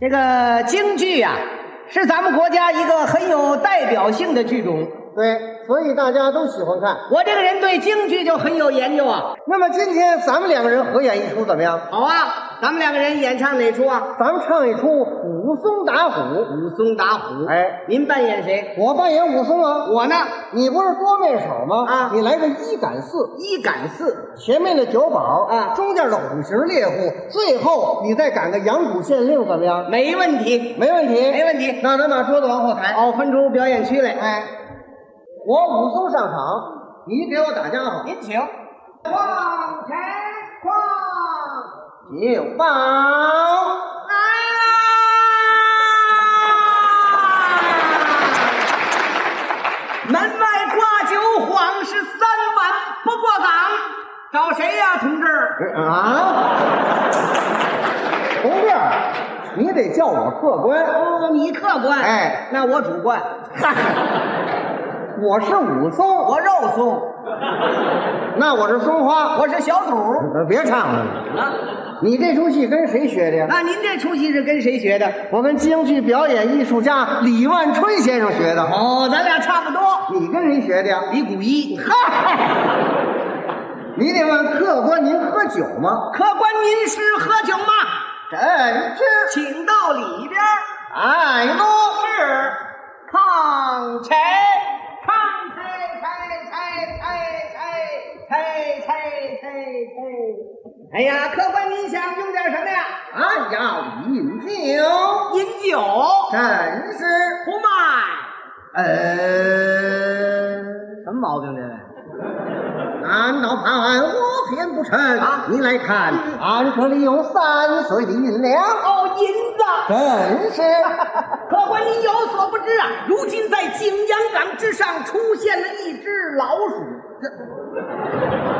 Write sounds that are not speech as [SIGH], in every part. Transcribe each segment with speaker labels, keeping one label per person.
Speaker 1: 这个京剧呀、是咱们国家一个很有代表性的剧种。
Speaker 2: 对，所以大家都喜欢看。
Speaker 1: 我这个人对京剧就很有研究啊。
Speaker 2: 那么今天咱们两个人合演一出怎么样？
Speaker 1: 好啊，咱们两个人演唱哪出啊？
Speaker 2: 咱们唱一出武松打虎。
Speaker 1: 武松打虎。
Speaker 2: 哎，
Speaker 1: 您扮演谁？
Speaker 2: 我扮演武松啊，
Speaker 1: 我呢，
Speaker 2: 你不是多面手吗？
Speaker 1: 啊
Speaker 2: 你来个一赶四，
Speaker 1: 一赶四。
Speaker 2: 前面的九宝
Speaker 1: 啊
Speaker 2: 中间的虎形猎户，最后你再赶个阳谷县令，怎么样？
Speaker 1: 没问题，
Speaker 2: 没问题，
Speaker 1: 没问题。
Speaker 2: 那咱把桌子往后抬。
Speaker 1: 哦，分出表演区来。
Speaker 2: 哎，我武松上场，你给我打家伙。
Speaker 1: 您请。往前逛，
Speaker 2: 九宝。
Speaker 1: 来啦！门外挂酒幌是三碗不过岗，找谁呀、同志？
Speaker 2: 啊，同志，你得叫我客官。
Speaker 1: 哦，你客官，
Speaker 2: 哎，
Speaker 1: 那我主观，
Speaker 2: 我是武松，
Speaker 1: 我肉松，
Speaker 2: 那我是松花。
Speaker 1: 我是小肚
Speaker 2: 我别唱了，
Speaker 1: 啊。
Speaker 2: 你这出戏跟谁学的呀？
Speaker 1: 那您这出戏是跟谁学的？
Speaker 2: 我跟京剧表演艺术家李万春先生学的。
Speaker 1: 哦，咱俩差不多。
Speaker 2: 你跟谁学的呀？
Speaker 1: 李谷一，
Speaker 2: 嗨，你得问客官，您喝酒吗？
Speaker 1: 客官您是喝酒吗？
Speaker 2: 真是
Speaker 1: 请到里边儿。
Speaker 2: 哎
Speaker 1: 都是抗拆，抗拆拆拆拆拆拆拆拆拆。哎呀，客官，您想用点什么呀？
Speaker 2: 俺要饮酒，
Speaker 1: 饮酒
Speaker 2: 真是
Speaker 1: 不卖，
Speaker 2: 呃。
Speaker 1: 什么毛病这位？
Speaker 2: 俺老盼我偏不成
Speaker 1: 啊
Speaker 2: 你来看，俺这里有三岁的银两，
Speaker 1: 哦，银子。
Speaker 2: 真是。
Speaker 1: [LAUGHS] 客官，您有所不知啊，如今在景阳冈之上出现了一只老鼠。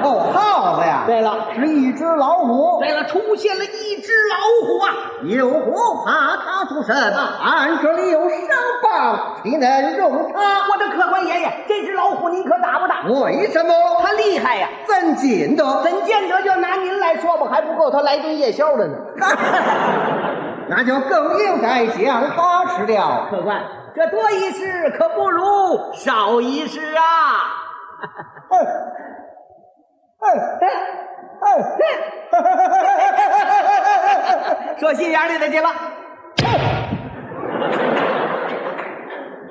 Speaker 2: 哦，耗子呀，
Speaker 1: 对了，
Speaker 2: 是一只老虎，
Speaker 1: 对了，出现了一只老虎啊！
Speaker 2: 有虎怕它出身，俺这里有伤棒，岂能容它？
Speaker 1: 呃我的客官爷爷，这只老虎您可打不打？
Speaker 2: 为什么？
Speaker 1: 它厉害呀、
Speaker 2: 怎紧的？
Speaker 1: 怎见得就拿您来说吧，还不够他来顿夜宵的呢。
Speaker 2: 那就更应该将它吃掉。
Speaker 1: 客官，这多一事可不如少一事啊！
Speaker 2: 哎哎哎
Speaker 1: 说心眼里的去了。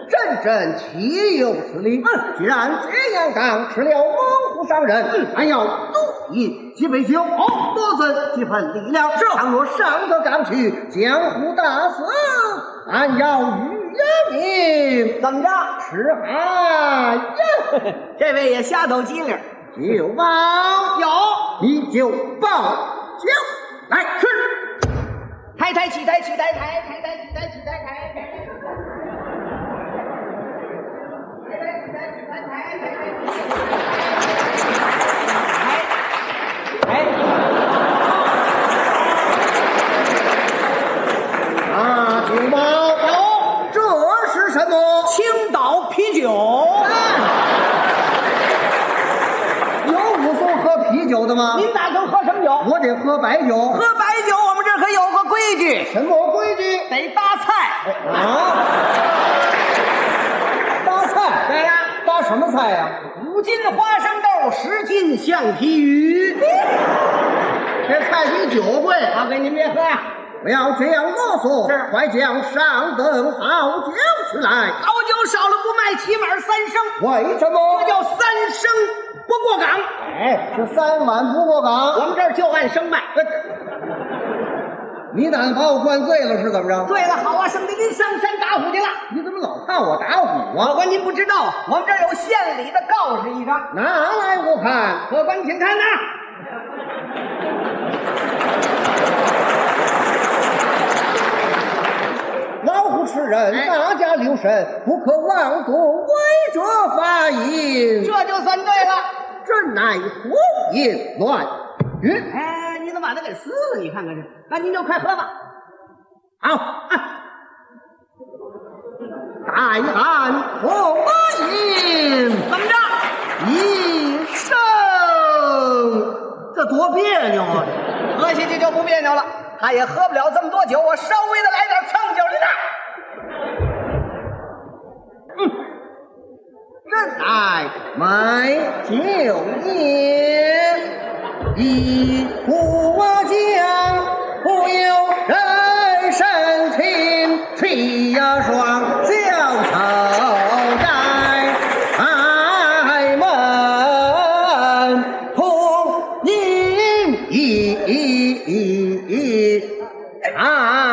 Speaker 2: 阵阵岂有此理！既然这样干，吃了猛虎伤人，俺要多饮几杯酒，
Speaker 1: 哦
Speaker 2: 多增几分力量。是，倘若上得岗去，江湖大死，俺要与人命
Speaker 1: 怎么着？
Speaker 2: 吃海
Speaker 1: [LAUGHS]
Speaker 2: 呀！
Speaker 1: 这位也瞎抖机灵。
Speaker 2: 酒报，
Speaker 1: 有，
Speaker 2: 你就报酒来吃。
Speaker 1: 抬抬起抬起抬抬抬抬起抬起抬抬。哎抬抬
Speaker 2: 啊，酒报，有，这是什么？哎
Speaker 1: 青岛啤酒，
Speaker 2: 有武松喝啤酒的吗？
Speaker 1: 您打算喝什么酒？
Speaker 2: 我得喝白酒。
Speaker 1: 喝白酒，我们这儿可有个规矩，
Speaker 2: 什么规矩？
Speaker 1: 得搭菜。
Speaker 2: 啊！搭菜，
Speaker 1: 对呀
Speaker 2: 搭什么菜呀、
Speaker 1: 五斤花生豆，十斤橡皮鱼。
Speaker 2: 这菜比酒贵，
Speaker 1: 阿给您别喝呀、
Speaker 2: 不要这样啰嗦，快将上等好酒去来。
Speaker 1: 好酒少了不卖，起码三升，
Speaker 2: 为什
Speaker 1: 这
Speaker 2: 么？
Speaker 1: 叫三升不过岗。
Speaker 2: 哎，是三碗不过
Speaker 1: 我
Speaker 2: 岗。
Speaker 1: 们这儿就按升卖。
Speaker 2: 你打算把我灌醉了是怎么着？
Speaker 1: 对了，好啊，兄弟，您上山打虎去了。
Speaker 2: 你怎么老看我打虎
Speaker 1: 客
Speaker 2: 啊？
Speaker 1: 官，您不知道，我们这儿有县里的告示一张。
Speaker 2: 拿来我看。
Speaker 1: 客官，请看呐。
Speaker 2: 老虎吃人，
Speaker 1: 哎
Speaker 2: 大家留神，不可妄动，违者罚银。
Speaker 1: 这就算对了。
Speaker 2: 这乃胡言乱语。
Speaker 1: 哎，你怎么把它给撕了？你看看这，那您就快喝吧。
Speaker 2: 好，啊大汉何饮
Speaker 1: 怎么着？
Speaker 2: 一生，这多别扭啊！
Speaker 1: 喝下去就不别扭了。他也喝不了这么多酒，我稍微的来点醋
Speaker 2: 买酒宴，一壶浆，不由人深情，吹呀双小手在开哎门红饮一
Speaker 1: 啊
Speaker 2: 场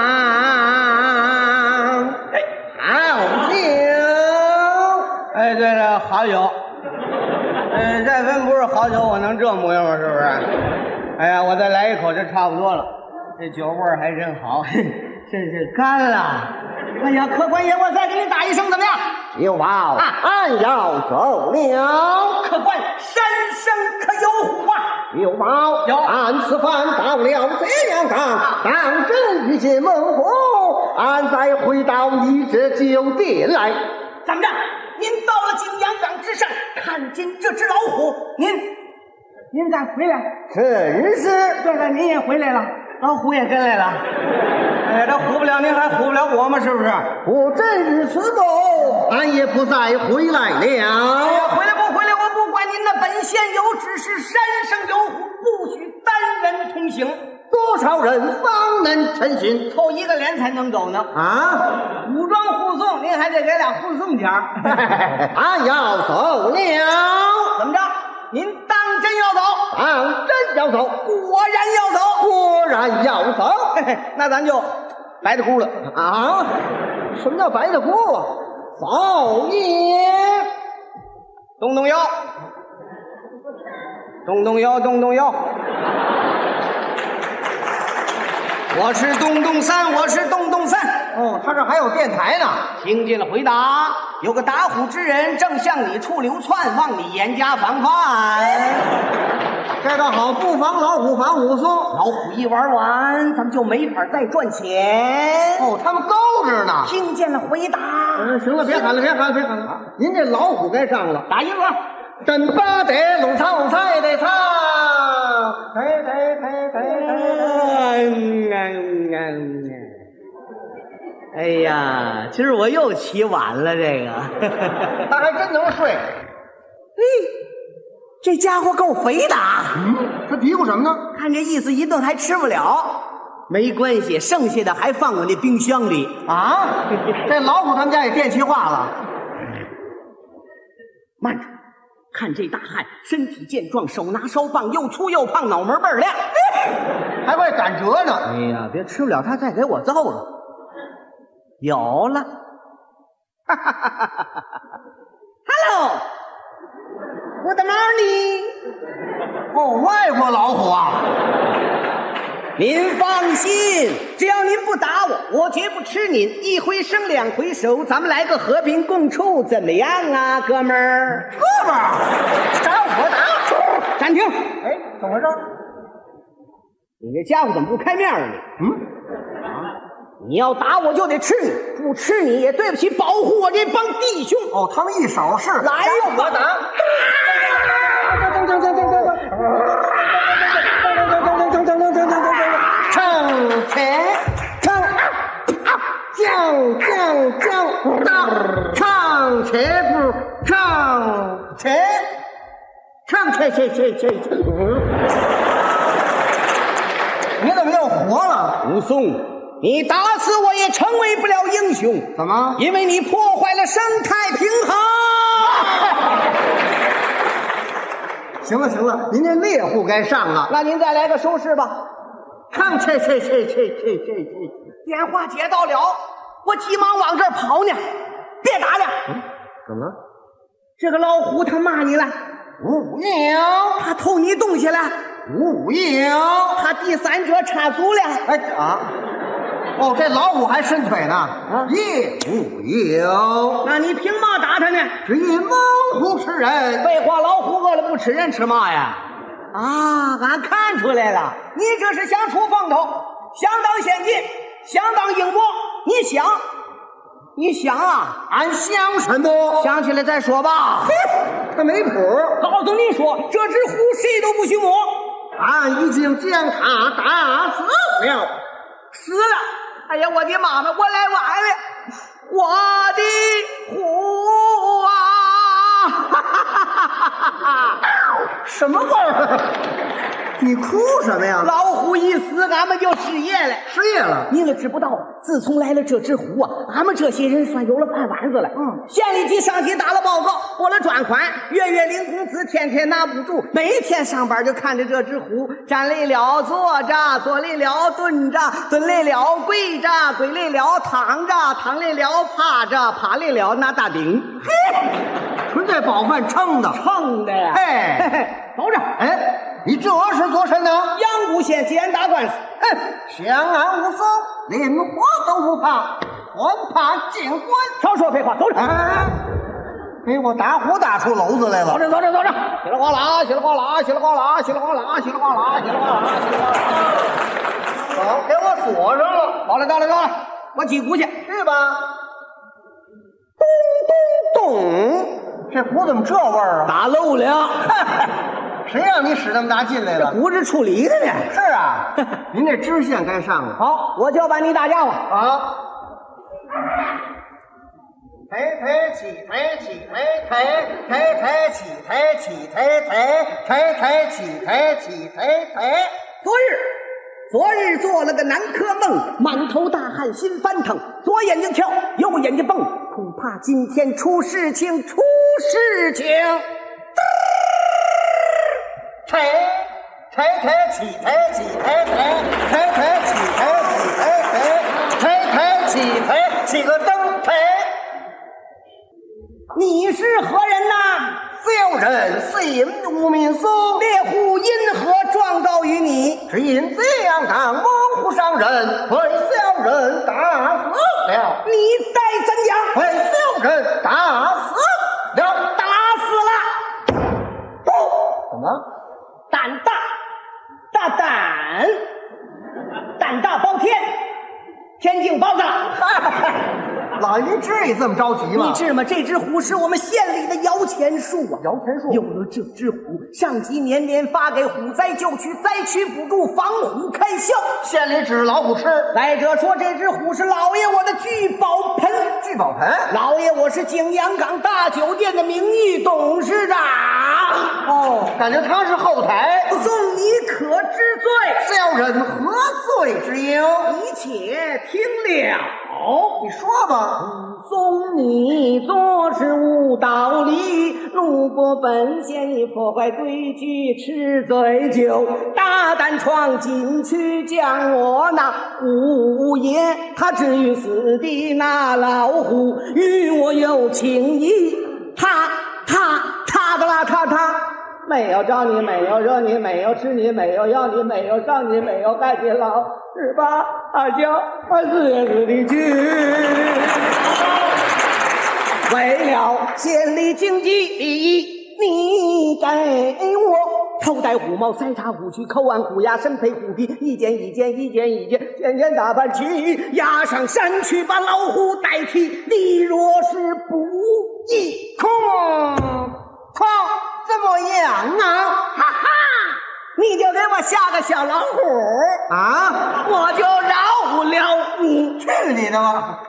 Speaker 2: 好酒。
Speaker 1: 哎，对了，好友，嗯，再分不是好友，我能这模样吗？是不是？哎呀，我再来一口就差不多了。这酒味儿还真好， [LAUGHS] 真是干了。哎呀，客官爷，我再给你打一声，怎么样？
Speaker 2: 就往俺要走了，
Speaker 1: 客官，山上可有虎啊？
Speaker 2: 就往
Speaker 1: 有
Speaker 2: 俺此番到了这样岗，当真遇见猛虎，俺再回到你这酒店来。
Speaker 1: 怎么着？您到了景阳岗之上，看见这只老虎，您，您再回来。呃
Speaker 2: 真是
Speaker 1: 对了，您也回来了，老虎也跟来了。哎，这唬不了您，还唬不了我吗？是不是？哎
Speaker 2: 不正是此谋，俺也不再回来
Speaker 1: 哎呀，
Speaker 2: 了。
Speaker 1: 回来不回来，我不管您的。本县有指示，山上有虎，不许单人通行，
Speaker 2: 多少人方能成行
Speaker 1: 凑一个连才能走呢。
Speaker 2: 啊？
Speaker 1: 武装护送，您还得给俩护送点儿。
Speaker 2: 俺要走了，
Speaker 1: [LAUGHS] 怎么着？您当真要走？
Speaker 2: 俺真要走，
Speaker 1: 果然要走。 [LAUGHS]
Speaker 2: 果然要走。
Speaker 1: 嘿嘿，那咱就白的哭了。
Speaker 2: 啊？什么叫白的锅？造孽！
Speaker 1: 动动腰，动动腰，动动腰。我是东东三，我是东东三。
Speaker 2: 哦，他这还有电台呢。
Speaker 1: 听见了回答，有个打虎之人正向你处流窜，望你严加防范。
Speaker 2: 这倒好，不防老虎，防虎松。
Speaker 1: 老虎一玩完，咱们就没法再赚钱。
Speaker 2: 哦，他们都着呢。
Speaker 1: 听见了回答，
Speaker 2: 嗯，行了，别喊了，别喊了，别喊了。您这老虎该上了。
Speaker 1: 打一个。
Speaker 2: 真巴得拢唱菜的唱，得得得得得得。
Speaker 1: [LAUGHS] 哎呀，今儿我又起晚了，这个。 [LAUGHS]
Speaker 2: 他还真能睡。
Speaker 1: 嘿，这家伙够肥的啊！
Speaker 2: 嗯，他嘀咕什么呢？
Speaker 1: 看这意思，一顿还吃不了。没关系，剩下的还放我那冰箱里。
Speaker 2: 啊，这老虎他们家也电气化了。
Speaker 1: 慢着，看这大汉，身体健壮，手拿烧棒，又粗又胖，脑门倍儿亮。
Speaker 2: 还会赶折呢。
Speaker 1: 哎呀，别吃不了他，再给我揍了。有了， [LAUGHS] 哈哈哈哈哈哈！Hello，我的 morning。
Speaker 2: 哦，外国老虎啊。
Speaker 1: 您放心，只要您不打我，我绝不吃您。一回生两回熟，咱们来个和平共处，怎么样啊，哥们儿？
Speaker 2: 胳膊儿。
Speaker 1: 打我打！暂停，
Speaker 2: 哎，怎么回事？
Speaker 1: 你这家伙怎么不开面啊你？啊
Speaker 2: 嗯，
Speaker 1: 你要打我就得吃你，不吃你也对不起保护我这帮弟兄。
Speaker 2: 哦，他们一手是
Speaker 1: 来吧，我打！
Speaker 2: 噔噔噔噔噔噔噔噔噔噔噔噔噔噔噔噔噔噔噔噔噔，唱前唱将将将当，唱前不唱前，唱前前前前前。你怎么又活了？
Speaker 1: 武松，你打死我也成为不了英雄，
Speaker 2: 怎么？
Speaker 1: 因为你破坏了生态平衡。 [LAUGHS]
Speaker 2: 行了行了，您这猎户该上了。
Speaker 1: 那您再来个收拾吧。
Speaker 2: 唱切切切切切切切，
Speaker 1: 电话接到了，我急忙往这儿跑呢。别打了，
Speaker 2: 怎么了？
Speaker 1: 这个老虎他骂你了，
Speaker 2: 五五幺
Speaker 1: 他偷你东西了，
Speaker 2: 五五幺。
Speaker 1: 他第三者插足了。
Speaker 2: [LAUGHS] 哎啊！哦，这老虎还伸腿呢。啊，夜不有，
Speaker 1: 那你凭嘛打他呢？
Speaker 2: 只因猛虎吃人。
Speaker 1: 废话，老虎饿了不吃人吃嘛呀？啊，俺看出来了，你这是想出风头，想当先进，想当英模，你想，你想啊？
Speaker 2: 俺想什么？
Speaker 1: 想起来再说吧。
Speaker 2: 他没谱。
Speaker 1: 告诉你说，这只虎谁都不许摸。啊
Speaker 2: 俺已经将他打死了。
Speaker 1: 死了！哎呀，我的妈妈，我来晚了，我的虎啊！ [LAUGHS] 什么味儿？
Speaker 2: 你哭什么呀？
Speaker 1: 老虎一死，俺们就失业了。
Speaker 2: 失业了？
Speaker 1: 你可知不道，自从来了这只虎啊，俺们这些人算有了饭碗子了。
Speaker 2: 嗯，
Speaker 1: 县里级上级打了报告，拨了专款，月月领工资，天天拿补助，每天上班就看着这只虎，站累了坐着，坐累了蹲着，蹲累了跪着，跪累了躺着，躺累了趴着，趴累了拿大顶，
Speaker 2: 纯粹饱饭撑的。
Speaker 1: 蹭的呀！嘿
Speaker 2: 哎，
Speaker 1: 嘿，走着，
Speaker 2: 哎，你这是做甚呢？
Speaker 1: 阳谷县接俺打官司，哎，
Speaker 2: 相安无事，连火都不怕，还怕见官？
Speaker 1: 少说废话，走着。
Speaker 2: 哎，给我打虎打出篓子来
Speaker 1: 走
Speaker 2: 了。
Speaker 1: 着走着走着，稀里哗啦，稀里哗啦，稀里哗啦，稀里哗啦，稀里哗啦，稀里哗啦，稀里哗啦。
Speaker 2: 好，给我锁上了。
Speaker 1: 到了到了到了，我击鼓去。
Speaker 2: 去吧。
Speaker 1: 咚，
Speaker 2: 这鼓怎么这味儿啊？ [LAUGHS]
Speaker 1: 打漏了，
Speaker 2: 谁让你使那么大劲
Speaker 1: [LAUGHS]
Speaker 2: 来了？
Speaker 1: 鼓是处理的呢。
Speaker 2: 是啊，您这知县该上了。
Speaker 1: 好，我叫板你大家伙。
Speaker 2: 好。抬抬起抬起抬抬抬抬起抬起抬抬抬抬起抬起抬抬。
Speaker 1: 昨日，昨日做了个南柯梦，满头大汗，心翻腾，左眼睛跳，右眼睛蹦，恐怕今天出事情，出事情。
Speaker 2: 抬抬抬起抬起抬抬抬抬起抬起抬抬抬抬起抬起个灯台。
Speaker 1: 你是何人呐？
Speaker 2: 小人是因无名僧，
Speaker 1: 猎户因何状告于你？
Speaker 2: 只因这样干蒙虎伤人，为小人打死了，
Speaker 1: 哦你该怎
Speaker 2: 为
Speaker 1: 样？
Speaker 2: 小人打死了。
Speaker 1: 打死了！
Speaker 2: 怎么？
Speaker 1: 胆大，大胆，胆大包天，天境包子。
Speaker 2: 老爷，您至于这么着急
Speaker 1: 你
Speaker 2: 吗？
Speaker 1: 知吗？这只虎是我们县里的摇钱树啊！
Speaker 2: 摇钱树
Speaker 1: 有了这只虎，上级年年发给虎灾救区灾区补助，防虎开销。
Speaker 2: 县里指着老虎吃
Speaker 1: 再者说，这只虎是老爷我的聚宝盆。
Speaker 2: 聚宝盆。
Speaker 1: 老爷，我是景阳冈大酒店的名誉董事长，
Speaker 2: 哦，感觉他是后台。
Speaker 1: 送你可知罪？
Speaker 2: 小人何罪之有？
Speaker 1: 你且听了。
Speaker 2: 你说吧。
Speaker 1: 送你做事无道理，路过本县你破坏规矩，吃醉酒，大胆闯进去，将我那五爷他置于死地。那老虎与我有情谊，他他他的啦他他。没有招你，没有惹你，没有吃你，没有要你，没有上你，没有害你，老十八二九二四也是的去。为了县里经济利益，你给我头戴虎帽，腮插虎须，口按虎牙，身披虎皮，一肩一肩，一肩一肩，肩肩打扮去，押上山去，把老虎代替。你若是不义，
Speaker 2: 空空怎么样啊？
Speaker 1: 哈哈，你就给我下个小老虎，
Speaker 2: 啊？
Speaker 1: 我就饶不了你。
Speaker 2: 去你的吧！